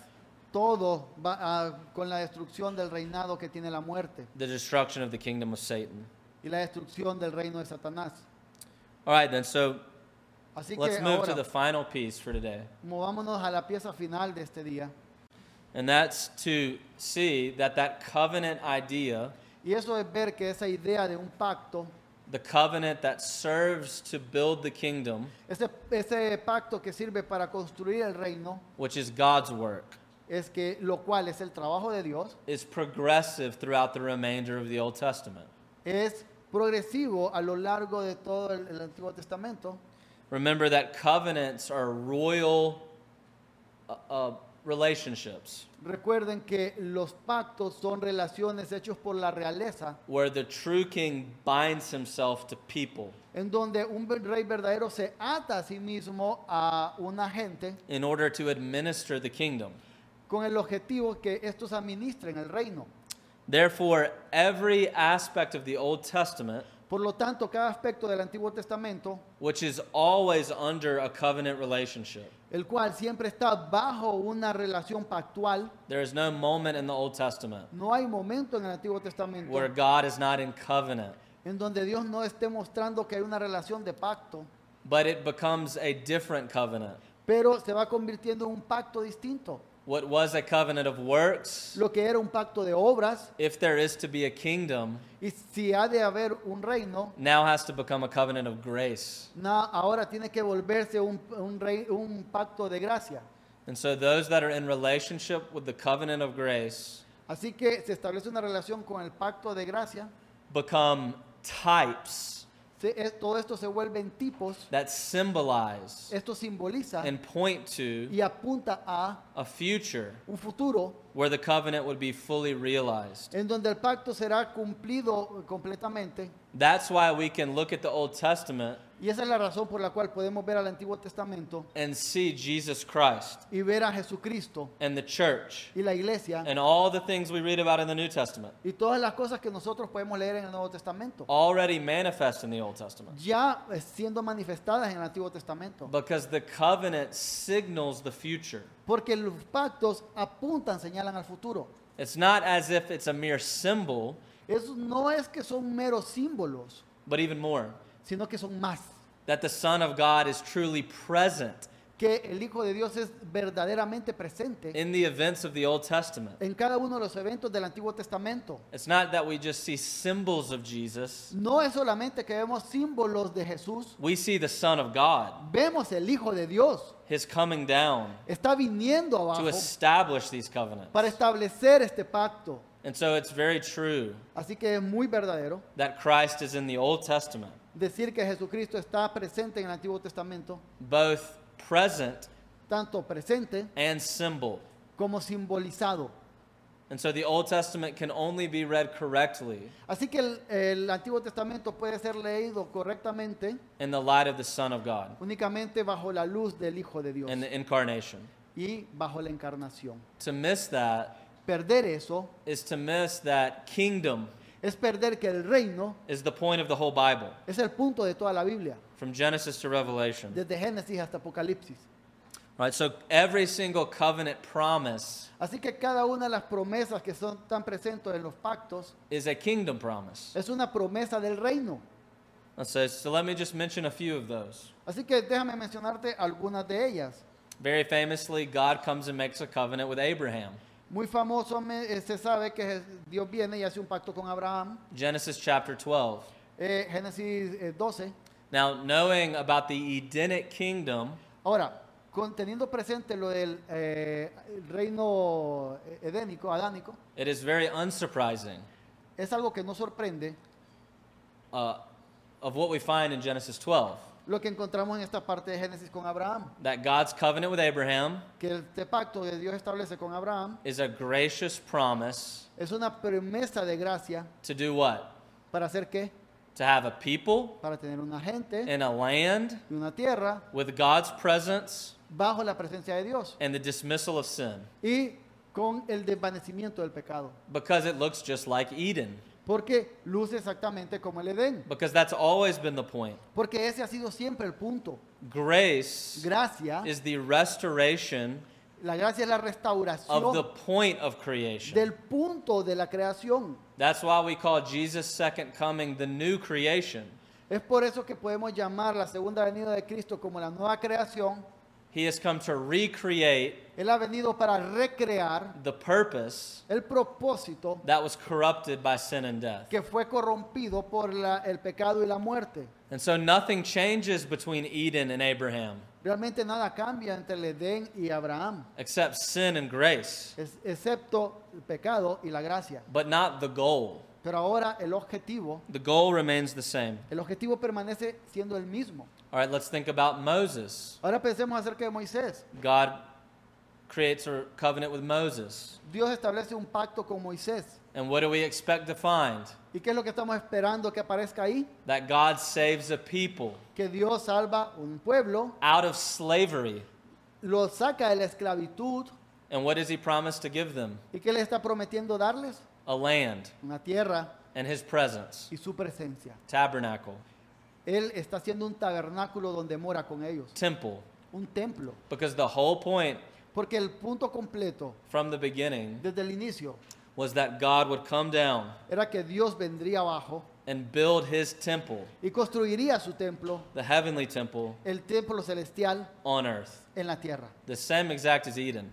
B: Todo va ah, con la destrucción del reinado que tiene la muerte
A: the destruction of the kingdom of Satan.
B: y la destrucción del reino de Satanás.
A: All right, then. So
B: Así que
A: Let's move to
B: ahora
A: the final piece for today,
B: movámonos a la pieza final de este día.
A: and that's to see that that covenant idea,
B: Y eso es ver que esa idea de un pacto,
A: the covenant that serves to build the kingdom,
B: ese, ese pacto que sirve para construir el reino,
A: which is God's work,
B: es que lo cual es el trabajo de Dios,
A: is progressive throughout the remainder of the Old Testament.
B: es progresivo a lo largo de todo el, el Antiguo Testamento.
A: Remember that covenants are royal uh, uh, relationships
B: Recuerden que los pactos son relaciones hechos por la realeza,
A: where the true king binds himself to people
B: en donde un ver- rey verdadero se ata a sí mismo a una gente
A: in order to administer the kingdom.
B: con el objetivo que estos administren el reino.
A: Therefore, every aspect of the Old Testament,
B: Por lo tanto, cada aspecto del Antiguo Testamento,
A: which is always under a covenant relationship,
B: el cual siempre está bajo una relación pactual,
A: there is no moment in the Old Testament
B: no hay momento en el Antiguo Testamento
A: where God is not in covenant,
B: en donde Dios no esté mostrando que hay una relación de pacto,
A: but it becomes a different covenant.
B: pero se va convirtiendo en un pacto distinto.
A: What was a covenant of works,
B: Lo que era un pacto de obras,
A: if there is to be a kingdom,
B: y si ha de haber un reino,
A: now has to become a covenant of grace.
B: na- ahora tiene que volverse un, un rei- un pacto de gracia.
A: And so those that are in relationship with the covenant of grace
B: Así que se establece una relación con el pacto de gracia.
A: become types
B: Se- es- todo esto se vuelve en tipos.
A: that symbolize
B: Esto simboliza
A: and point to
B: y apunta a
A: a future
B: un futuro
A: where the covenant would be fully realized.
B: en donde el pacto será cumplido completamente.
A: That's why we can look at the Old Testament
B: Y esa es la razón por la cual podemos ver al Antiguo Testamento
A: and see Jesus Christ
B: y ver a Jesucristo
A: and the church
B: y la iglesia
A: and all the things we read about in the New Testament
B: y todas las cosas que nosotros podemos leer en el Nuevo Testamento,
A: already manifest in the Old Testament.
B: ya eh, siendo manifestadas en el Antiguo Testamento.
A: Because the covenant signals the future.
B: Porque los pactos apuntan, señalan al futuro.
A: It's not as if it's a mere symbol,
B: Eso no es que son meros símbolos,
A: but even more,
B: sino que son más.
A: that the Son of God is truly present
B: Que el Hijo de Dios es verdaderamente presente
A: in the events of the Old Testament.
B: en cada uno de los eventos del Antiguo Testamento.
A: It's not that we just see symbols of Jesus,
B: No es solamente que vemos símbolos de Jesús,
A: we see the Son of God,
B: vemos el Hijo de Dios.
A: his coming down
B: Está viniendo
A: to
B: abajo
A: establish these covenants.
B: para establecer este pacto.
A: And so it's very true
B: Así que es muy verdadero
A: that Christ is in the Old Testament,
B: decir que Jesucristo está presente en el Antiguo Testamento,
A: both present
B: tanto presente
A: and symbol.
B: como simbolizado.
A: And so the Old Testament can only be read correctly
B: Así que el, el Antiguo Testamento puede ser leído correctamente
A: in the light of the Son of God
B: únicamente bajo la luz del Hijo de Dios
A: and the incarnation.
B: y bajo la encarnación.
A: To miss that
B: Perder eso
A: is to miss that kingdom
B: es perder que el reino
A: is the point of the whole Bible,
B: es el punto de toda la Biblia,
A: from Genesis to Revelation.
B: desde Génesis hasta Apocalipsis.
A: right? So every single covenant promise
B: Así que cada una de las promesas que son tan presentes en los pactos
A: is a kingdom promise.
B: es una promesa del reino.
A: And so, so let me just mention a few of those.
B: Así que déjame mencionarte algunas de ellas.
A: Very famously, God comes and makes a covenant with Abraham.
B: Muy famoso me- eh, se sabe que Je- Dios viene y hace un pacto con Abraham,
A: Genesis chapter 12.
B: eh, Génesis eh, 12.
A: Now, knowing about the Edenic kingdom,
B: Ahora, con- teniendo presente lo del eh, el reino eh, edénico, adánico,
A: it is very unsurprising
B: es algo que no sorprende
A: uh, of what we find in Genesis 12
B: lo que encontramos en esta parte de Génesis con Abraham,
A: that God's covenant with Abraham
B: que este pacto que Dios establece con Abraham
A: is a gracious promise
B: es una promesa de gracia
A: to do what?
B: para hacer qué?
A: To have a people
B: Para tener una gente
A: in a land
B: y una tierra
A: with God's presence
B: bajo la presencia de Dios
A: and the dismissal of sin
B: y con el desvanecimiento del pecado.
A: because it looks just like Eden.
B: Porque luce exactamente como el Edén.
A: Because that's always been the point.
B: Porque ese ha sido siempre el punto.
A: Grace
B: Gracia,
A: is the restoration
B: la gracia es la
A: of the
B: restauración
A: point of creation.
B: del punto de la creación.
A: That's why we call Jesus' second coming the new creation.
B: Es por eso que podemos llamar la segunda venida de Cristo como la nueva creación.
A: He has come to recreate
B: Él ha venido para recrear
A: the purpose
B: el propósito
A: that was corrupted by sin and death.
B: que fue corrompido por la- el pecado y la muerte.
A: And so nothing changes between Eden and Abraham
B: Realmente nada cambia entre el Edén y Abraham,
A: except sin and grace,
B: es- excepto el pecado y la gracia.
A: but not the goal.
B: Pero ahora el objetivo,
A: The goal remains the same.
B: el objetivo permanece siendo el mismo.
A: All right, let's think about Moses.
B: Ahora pensemos acerca de Moisés.
A: God creates a covenant with Moses.
B: Dios establece un pacto con Moisés.
A: And what do we expect to find?
B: ¿Y qué es lo que estamos esperando que aparezca ahí?
A: That God saves a people
B: Que Dios salva un pueblo,
A: out of slavery.
B: lo saca de la esclavitud.
A: And what does he promise to give them?
B: ¿Y qué le está prometiendo darles?
A: A land
B: Una tierra
A: and his presence,
B: y su presencia.
A: tabernacle,
B: Él está haciendo un tabernáculo donde mora con ellos,
A: temple.
B: un templo.
A: Because the whole point
B: Porque el punto completo
A: from the beginning
B: desde el inicio
A: was that God would come down
B: era que Dios vendría abajo
A: and build his temple,
B: y construiría su templo,
A: the heavenly temple,
B: el templo celestial
A: on earth.
B: en la tierra.
A: The same exact as Eden.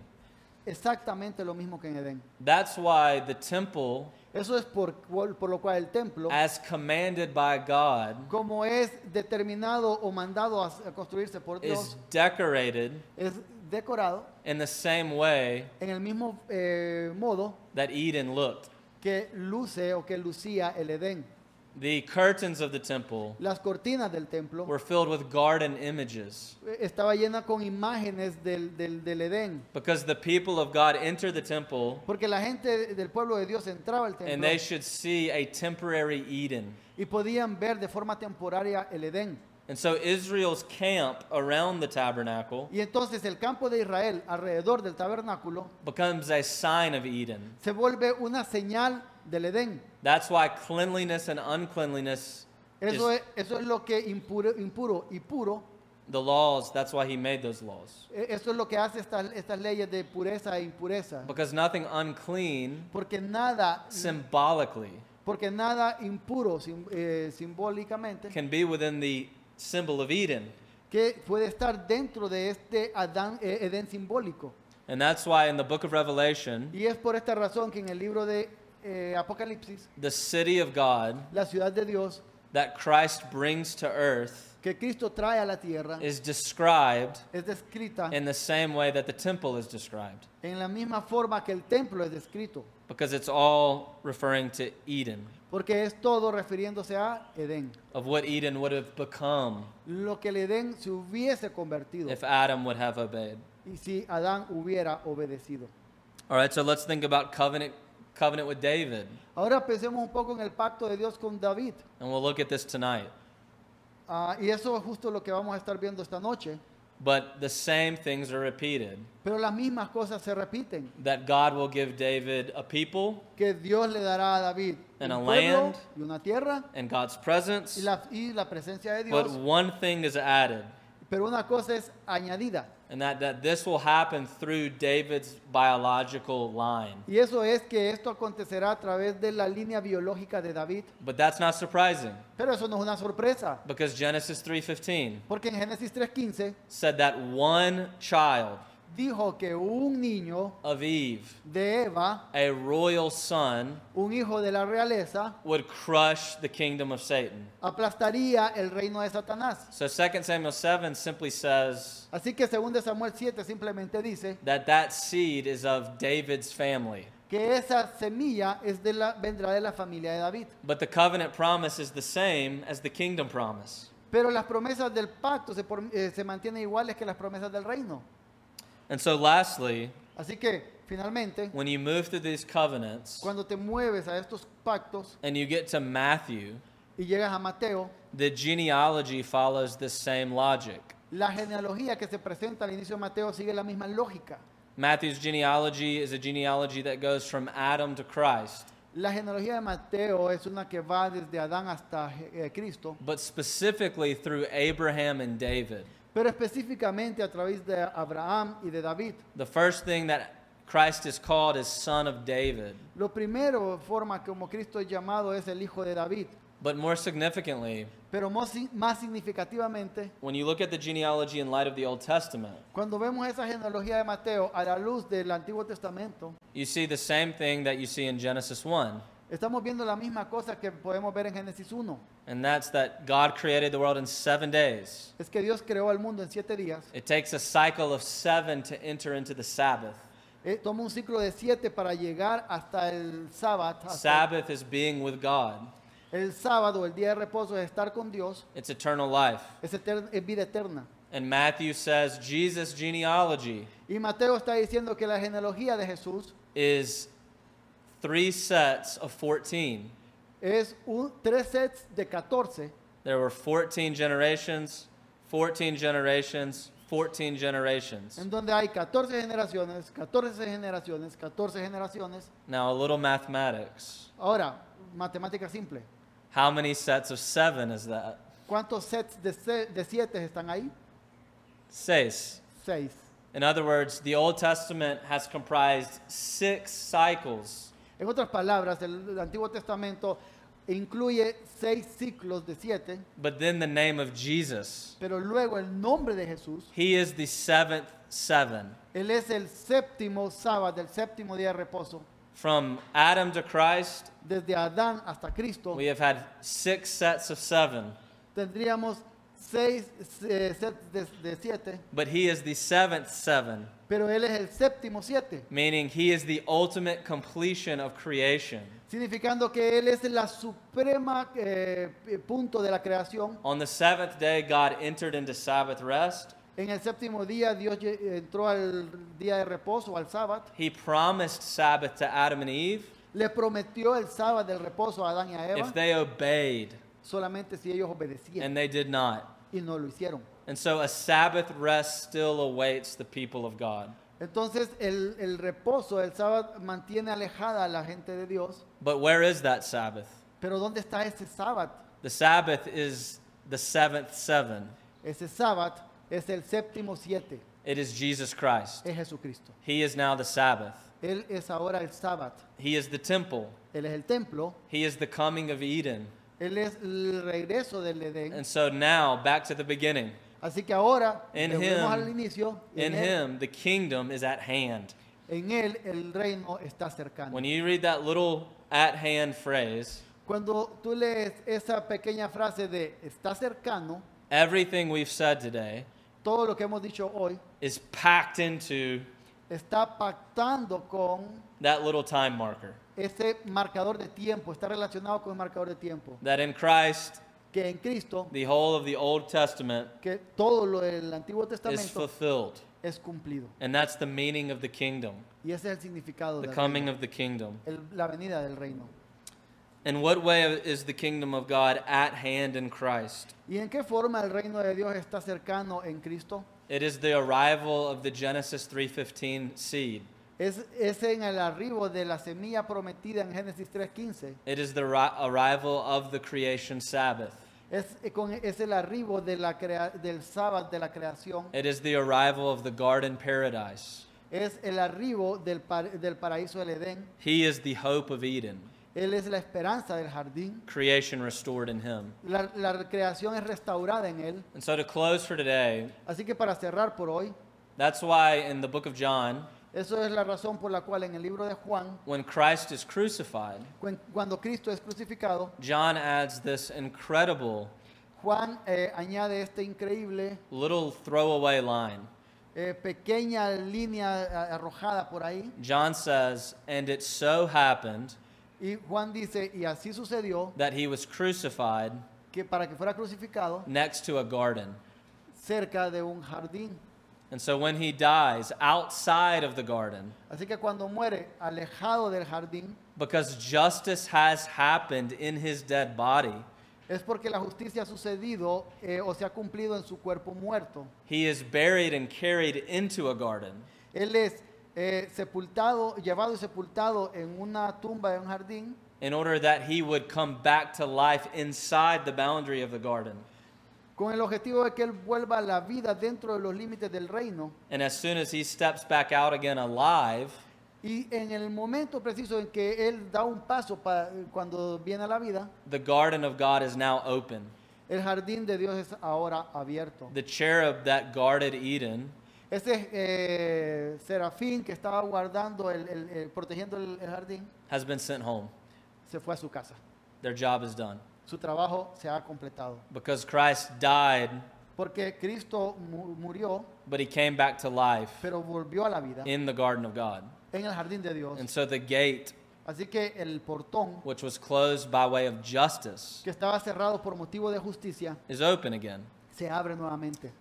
B: Exactamente lo mismo que en Edén.
A: That's why the temple,
B: Eso es por, cual- por lo cual el templo,
A: as commanded by God,
B: como es determinado o mandado a a construirse por
A: is
B: Dios,
A: decorated
B: es decorado
A: in the same way
B: en el mismo eh, modo
A: that Eden looked.
B: que luce o que lucía el Edén.
A: The curtains of the temple
B: Las cortinas del templo
A: were filled with garden images
B: eh, estaba llena con imágenes del, del- del Edén,
A: because the people of God enter the temple
B: porque la gente del pueblo de Dios entraba al
A: and
B: templo
A: they should see a temporary Eden.
B: y podían ver de forma temporaria el Edén.
A: And so Israel's camp around the tabernacle
B: Y entonces el campo de Israel alrededor del tabernáculo
A: becomes a sign of Eden.
B: se vuelve una señal del Edén.
A: That's why cleanliness and uncleanliness is
B: Eso es, eso es lo que impuro, impuro y puro,
A: the laws. That's why he made those laws.
B: eh, eso es lo que hace estas, estas leyes de pureza e impureza.
A: Because nothing unclean
B: Porque nada,
A: symbolically
B: porque nada impuro sim- eh, simbólicamente
A: can be within the symbol of Eden.
B: que puede estar dentro de este Adán, eh, Edén simbólico.
A: And that's why in the book of Revelation,
B: Y es por esta razón que en el libro de eh, Apocalipsis,
A: the city of God
B: la ciudad de Dios
A: that Christ brings to earth
B: que Cristo trae a la tierra
A: is described
B: es descrita
A: in the same way that the temple is described.
B: en la misma forma que el templo es descrito,
A: Because it's all referring to Eden,
B: porque es todo refiriéndose a Edén,
A: of what Eden would have become
B: lo que el Edén se hubiese convertido
A: if Adam would have obeyed.
B: y si Adán hubiera obedecido.
A: All right, so let's think about covenant covenant with David,
B: Ahora pensemos un poco en el pacto de Dios con David.
A: and we'll look at this tonight.
B: Ah, y eso es justo lo que vamos a estar viendo esta noche.
A: But the same things are repeated
B: Pero las mismas cosas se repiten.
A: that God will give David a people
B: Que Dios le dará a David
A: And
B: un
A: a
B: pueblo
A: land.
B: y una tierra
A: and God's presence.
B: y la, y la presencia de
A: But
B: Dios.
A: one thing is added,
B: Pero una cosa es añadida.
A: and that, that this will happen through David's biological line.
B: Y eso es que esto acontecerá a través de la línea biológica de David.
A: But that's not surprising
B: Pero eso no es una sorpresa.
A: because Genesis 3:15
B: Porque en Génesis 3.15
A: said that one child
B: dijo que un niño
A: of Eve,
B: de Eva,
A: a royal son,
B: un hijo de la realeza,
A: would crush the kingdom of Satan.
B: aplastaría el reino de Satanás.
A: So 2 Samuel 7 simply says
B: Así que según de Samuel 7 simplemente dice
A: that that seed is of David's family.
B: que esa semilla es de la, vendrá de la familia de David.
A: But the covenant promise is the same as the kingdom promise.
B: Pero las promesas del pacto se, por- eh, se mantienen iguales que las promesas del reino.
A: And so lastly,
B: Así que finalmente,
A: when you move through these covenants
B: cuando te mueves a estos pactos
A: and you get to Matthew,
B: y llegas a Mateo,
A: the genealogy follows this same logic.
B: la genealogía que se presenta al inicio de Mateo sigue la misma lógica.
A: Matthew's genealogy is a genealogy that goes from Adam to Christ,
B: La genealogía de Mateo es una que va desde Adán hasta eh, Cristo,
A: but specifically through Abraham and David.
B: pero específicamente a través de Abraham y de David.
A: The first thing that Christ is called is son of David.
B: Lo primero forma como Cristo es llamado es el hijo de David.
A: But more significantly,
B: Pero más, sin- más significativamente,
A: when you look at the genealogy in light of the Old Testament,
B: cuando vemos esa genealogía de Mateo a la luz del Antiguo Testamento,
A: you see the same thing that you see in Genesis 1,
B: estamos viendo la misma cosa que podemos ver en Génesis 1.
A: and that's that God created the world in seven days.
B: Es que Dios creó al mundo en siete días.
A: It takes a cycle of seven to enter into the Sabbath.
B: Eh, toma un ciclo de siete para llegar hasta el sábado. hasta
A: Sabbath is being with God,
B: El sábado, el día de reposo, es estar con Dios.
A: it's eternal life.
B: Es, eter- es vida eterna.
A: And Matthew says Jesus' genealogy
B: Y Mateo está diciendo que la genealogía de Jesús
A: is three sets of 14.
B: es un, tres sets de 14.
A: There were 14 generations, 14 generations, 14 generations.
B: En donde hay 14 generaciones, 14 generaciones, 14 generaciones.
A: Now, a little mathematics.
B: Ahora, matemática simple.
A: How many sets of seven is that?
B: ¿Cuántos sets de, se- de siete están ahí?
A: Seis.
B: Seis.
A: In other words, the Old Testament has comprised six cycles
B: En otras palabras, el, el Antiguo Testamento incluye seis ciclos de siete,
A: But then the name of Jesus.
B: pero luego el nombre de Jesús,
A: He is the seventh seven.
B: Él es el séptimo sábado, el séptimo día de reposo.
A: From Adam to Christ,
B: Desde Adán hasta Cristo
A: we have had six sets of seven.
B: tendríamos seis eh, sets de, de siete,
A: But he is the seventh seven,
B: pero Él es el séptimo siete,
A: meaning he is the ultimate completion of creation.
B: significando que Él es la suprema eh, eh, punto de la creación.
A: On the seventh day, God entered into Sabbath rest.
B: En el séptimo día Dios lle- entró al día de reposo, al sábado.
A: He promised Sabbath to Adam and Eve
B: Le prometió el sábado del reposo a Adán y a Eva
A: if they obeyed,
B: solamente si ellos obedecían
A: and they did not.
B: y no lo hicieron.
A: And so a Sabbath rest still awaits the people of God.
B: Entonces el, el reposo, el sábado, mantiene alejada a la gente de Dios.
A: But where is that Sabbath?
B: Pero ¿dónde está ese sábado?
A: The Sabbath is the seventh seven.
B: Ese sábado es el séptimo siete,
A: It is Jesus Christ.
B: es Jesucristo.
A: He is now the Sabbath.
B: Él es ahora el sábado,
A: He is the temple.
B: Él es el templo,
A: He is the coming of Eden.
B: Él es el regreso del Edén.
A: And so now, back to the beginning.
B: Así que ahora,
A: In
B: volvemos
A: him-
B: al inicio,
A: In
B: en él,
A: Him, the kingdom is at hand.
B: en él el reino está cercano.
A: When you read that little at hand phrase,
B: Cuando tú lees esa pequeña frase de está cercano,
A: everything we've said today
B: todo lo que hemos dicho hoy
A: is packed into
B: está pactando con
A: that little time marker.
B: ese marcador de tiempo, está relacionado con el marcador de tiempo.
A: That in Christ,
B: Que en Cristo,
A: the whole of the Old Testament
B: que todo lo del Antiguo
A: is
B: Testamento
A: fulfilled.
B: es cumplido.
A: And that's the meaning of the kingdom,
B: Y ese es el significado
A: the
B: de
A: coming of the kingdom.
B: la venida del reino.
A: In what way is the kingdom of God at hand in Christ?
B: ¿Y en qué forma el reino de Dios está cercano en Cristo?
A: It is the arrival of the Genesis 3:15 seed.
B: Es, es en el arribo de la semilla prometida en Génesis 3.15.
A: It is the ri- arrival of the creation Sabbath.
B: Es, eh, con- es el arribo de la crea- del sábado de la creación.
A: It is the arrival of the garden paradise.
B: Es el arribo del, par- del paraíso del Edén.
A: He is the hope of Eden,
B: Él es la esperanza del jardín.
A: creation restored in him.
B: La, la creación es restaurada en Él.
A: And so to close for today,
B: Así que para cerrar por hoy,
A: that's why in the book of John,
B: eso es la razón por la cual en el libro de Juan,
A: when Christ is crucified,
B: cuen- cuando Cristo es crucificado,
A: John adds this incredible
B: Juan eh, añade este increíble
A: little throwaway line.
B: eh, pequeña línea eh, arrojada por ahí.
A: John says, And it so happened
B: Y Juan dice, y así sucedió
A: that he was crucified
B: que para que fuera crucificado
A: next to a garden.
B: cerca de un jardín.
A: And so when he dies outside of the garden,
B: Así que cuando muere alejado del jardín,
A: because justice has happened in his dead body,
B: es porque la justicia ha sucedido eh, o se ha cumplido en su cuerpo muerto.
A: he is buried and carried into a garden.
B: Él es eh, sepultado, llevado y sepultado en una tumba de un jardín
A: In order that he would come back to life inside the boundary of the garden.
B: con el objetivo de que él vuelva a la vida dentro de los límites del reino.
A: And as soon as he steps back out again alive,
B: Y en el momento preciso en que él da un paso para cuando viene a la vida,
A: The garden of God is now open.
B: el jardín de Dios es ahora abierto.
A: The cherub that guarded Eden
B: Ese eh, serafín que estaba guardando, el, el- el- protegiendo el, el jardín,
A: has been sent home.
B: se fue a su casa.
A: Their job is done
B: Su trabajo se ha completado.
A: because Christ died,
B: Porque Cristo mu- murió,
A: but he came back to life
B: pero volvió a la vida
A: in the garden of God.
B: en el jardín de Dios.
A: And so the gate,
B: Así que el portón
A: which was closed by way of justice,
B: que estaba cerrado por motivo de justicia
A: is open again.
B: se abre nuevamente.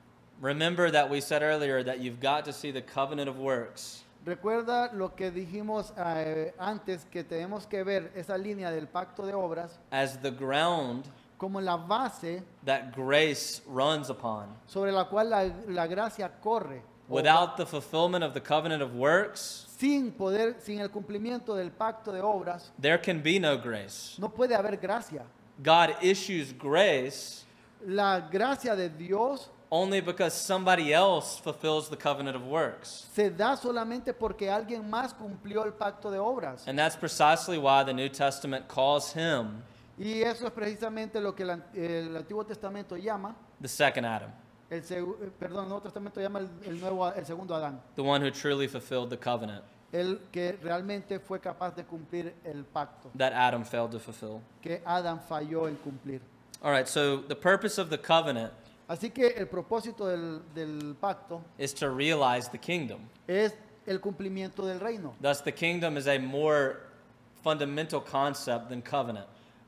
A: Remember that we said earlier that you've got to see the covenant of works
B: Recuerda lo que dijimos eh, antes, que tenemos que ver esa línea del pacto de obras
A: as the ground
B: como la base
A: that grace runs upon.
B: sobre la cual la, la gracia corre. O
A: Without the fulfillment of the covenant of works,
B: sin poder, sin el cumplimiento del pacto de obras,
A: there can be no grace.
B: no puede haber gracia.
A: God issues grace
B: La gracia de Dios
A: only because somebody else fulfills the covenant of works.
B: se da solamente porque alguien más cumplió el pacto de obras.
A: And that's precisely why the New Testament calls him
B: Y eso es precisamente lo que el, an- el Antiguo Testamento llama,
A: the second Adam,
B: el, seg- eh, perdón, el Nuevo Testamento llama el, el nuevo, el segundo Adán,
A: the one who truly fulfilled the covenant
B: el que realmente fue capaz de cumplir el pacto,
A: that Adam failed to fulfill.
B: que Adán falló en cumplir.
A: All right, so the purpose of the covenant
B: Así que el propósito del, del pacto
A: is to realize the kingdom.
B: es el cumplimiento del reino.
A: Thus, the kingdom is a more fundamental concept than covenant.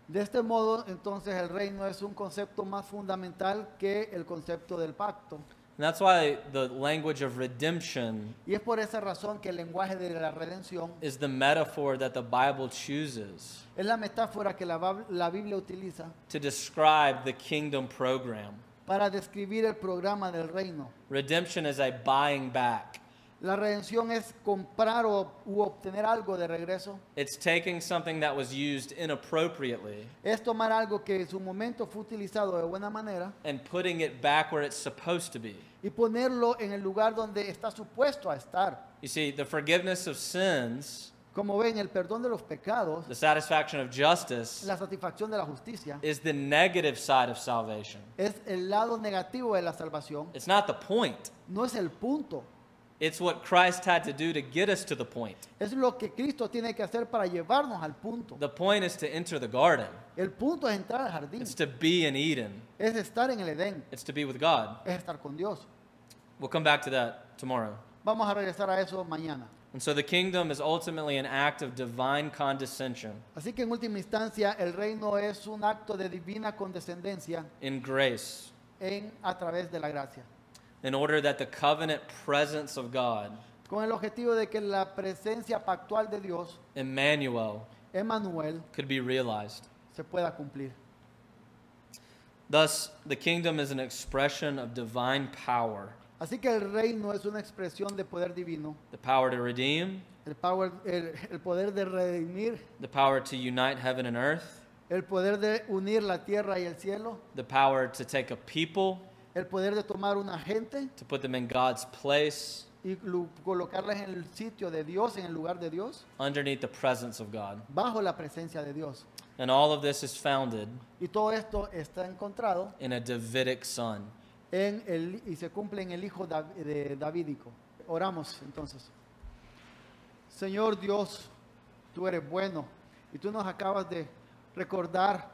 B: De este modo, entonces, el reino es un concepto más fundamental que el concepto del pacto.
A: And that's why the language of redemption
B: Y es por esa razón que el lenguaje de la redención
A: is the metaphor that the Bible chooses
B: es la metáfora que la, Bab- la Biblia utiliza
A: to describe the kingdom program.
B: para describir el programa del reino.
A: Redemption is a buying back,
B: La redención es comprar o, u obtener algo de regreso.
A: it's taking something that was used inappropriately
B: Es tomar algo que en su momento fue utilizado de buena manera
A: and putting it back where it's supposed to be.
B: y ponerlo en el lugar donde está supuesto a estar.
A: You see, the forgiveness of sins,
B: Como ven, el perdón de los pecados,
A: the satisfaction of justice,
B: la satisfacción de la justicia,
A: is the negative side of salvation.
B: es el lado negativo de la salvación.
A: It's not the point.
B: No es el punto.
A: It's what Christ had to do to get us to the point.
B: Es lo que Cristo tiene que hacer para llevarnos al punto.
A: The point is to enter the garden.
B: El punto es entrar al jardín.
A: It's to be in Eden.
B: Es estar en el Edén.
A: It's to be with God.
B: Es estar con Dios.
A: We'll come back to that tomorrow.
B: Vamos a regresar a eso mañana.
A: And so the kingdom is ultimately an act of divine condescension
B: Así que en última instancia, el reino es un acto de divina condescendencia
A: in grace
B: en, a través de la gracia,
A: in order that the covenant presence of God,
B: con el objetivo de que la presencia pactual de Dios,
A: Emmanuel,
B: Emmanuel,
A: could be realized.
B: se pueda cumplir.
A: Thus, the kingdom is an expression of divine power
B: Así que el reino es una expresión de poder divino,
A: the power to redeem,
B: el, power- el- el poder de redimir,
A: the power to unite heaven and earth,
B: el poder de unir la tierra y el cielo,
A: the power to take a people,
B: el poder de tomar una gente
A: to put them in God's place
B: y lu- colocarlas en el sitio de Dios, en el lugar de Dios,
A: underneath the presence of God.
B: bajo la presencia de Dios.
A: And all of this is founded
B: Y todo esto está encontrado
A: in a Davidic son.
B: en el, y se cumple en el Hijo Dav- de Davídico. Oramos entonces. Señor Dios, tú eres bueno y tú nos acabas de recordar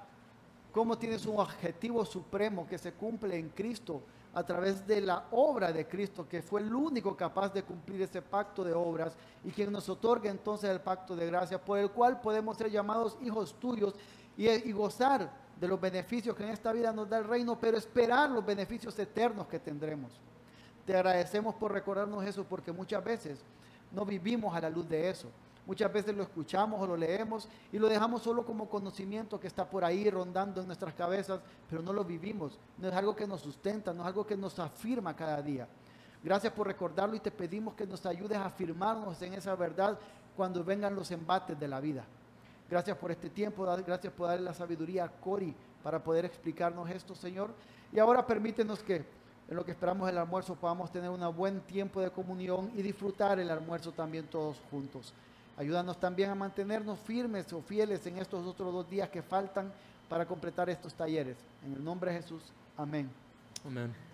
B: cómo tienes un objetivo supremo que se cumple en Cristo a través de la obra de Cristo, que fue el único capaz de cumplir ese pacto de obras y quien nos otorga entonces el pacto de gracia, por el cual podemos ser llamados hijos tuyos y, y gozar de los beneficios que en esta vida nos da el reino, pero esperar los beneficios eternos que tendremos. Te agradecemos por recordarnos eso porque muchas veces no vivimos a la luz de eso. Muchas veces lo escuchamos o lo leemos y lo dejamos solo como conocimiento que está por ahí rondando en nuestras cabezas, pero no lo vivimos. No es algo que nos sustenta, no es algo que nos afirma cada día. Gracias por recordarlo y te pedimos que nos ayudes a afirmarnos en esa verdad cuando vengan los embates de la vida. Gracias por este tiempo, da- gracias por darle la sabiduría a Cori para poder explicarnos esto, Señor. Y ahora permítenos que en lo que esperamos el almuerzo podamos tener un buen tiempo de comunión y disfrutar el almuerzo también todos juntos. Ayúdanos también a mantenernos firmes o fieles en estos otros dos días que faltan para completar estos talleres. En el nombre de Jesús, amén.
A: Amen.